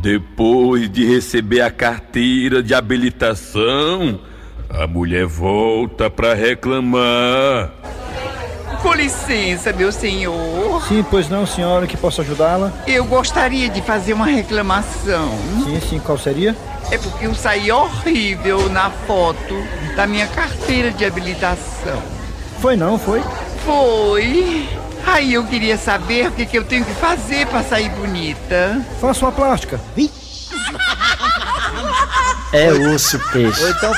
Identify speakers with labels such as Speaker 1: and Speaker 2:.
Speaker 1: Depois de receber a carteira de habilitação, a mulher volta para reclamar.
Speaker 2: Com licença, meu senhor.
Speaker 3: Sim, pois não, senhora, que posso ajudá-la?
Speaker 2: Eu gostaria de fazer uma reclamação.
Speaker 3: Sim, sim, qual seria?
Speaker 2: É porque eu saí horrível na foto da minha carteira de habilitação.
Speaker 3: Foi não, foi?
Speaker 2: Foi. Aí eu queria saber o que, que eu tenho que fazer para sair bonita.
Speaker 3: Faça uma plástica.
Speaker 4: É osso peixe.
Speaker 5: Ou então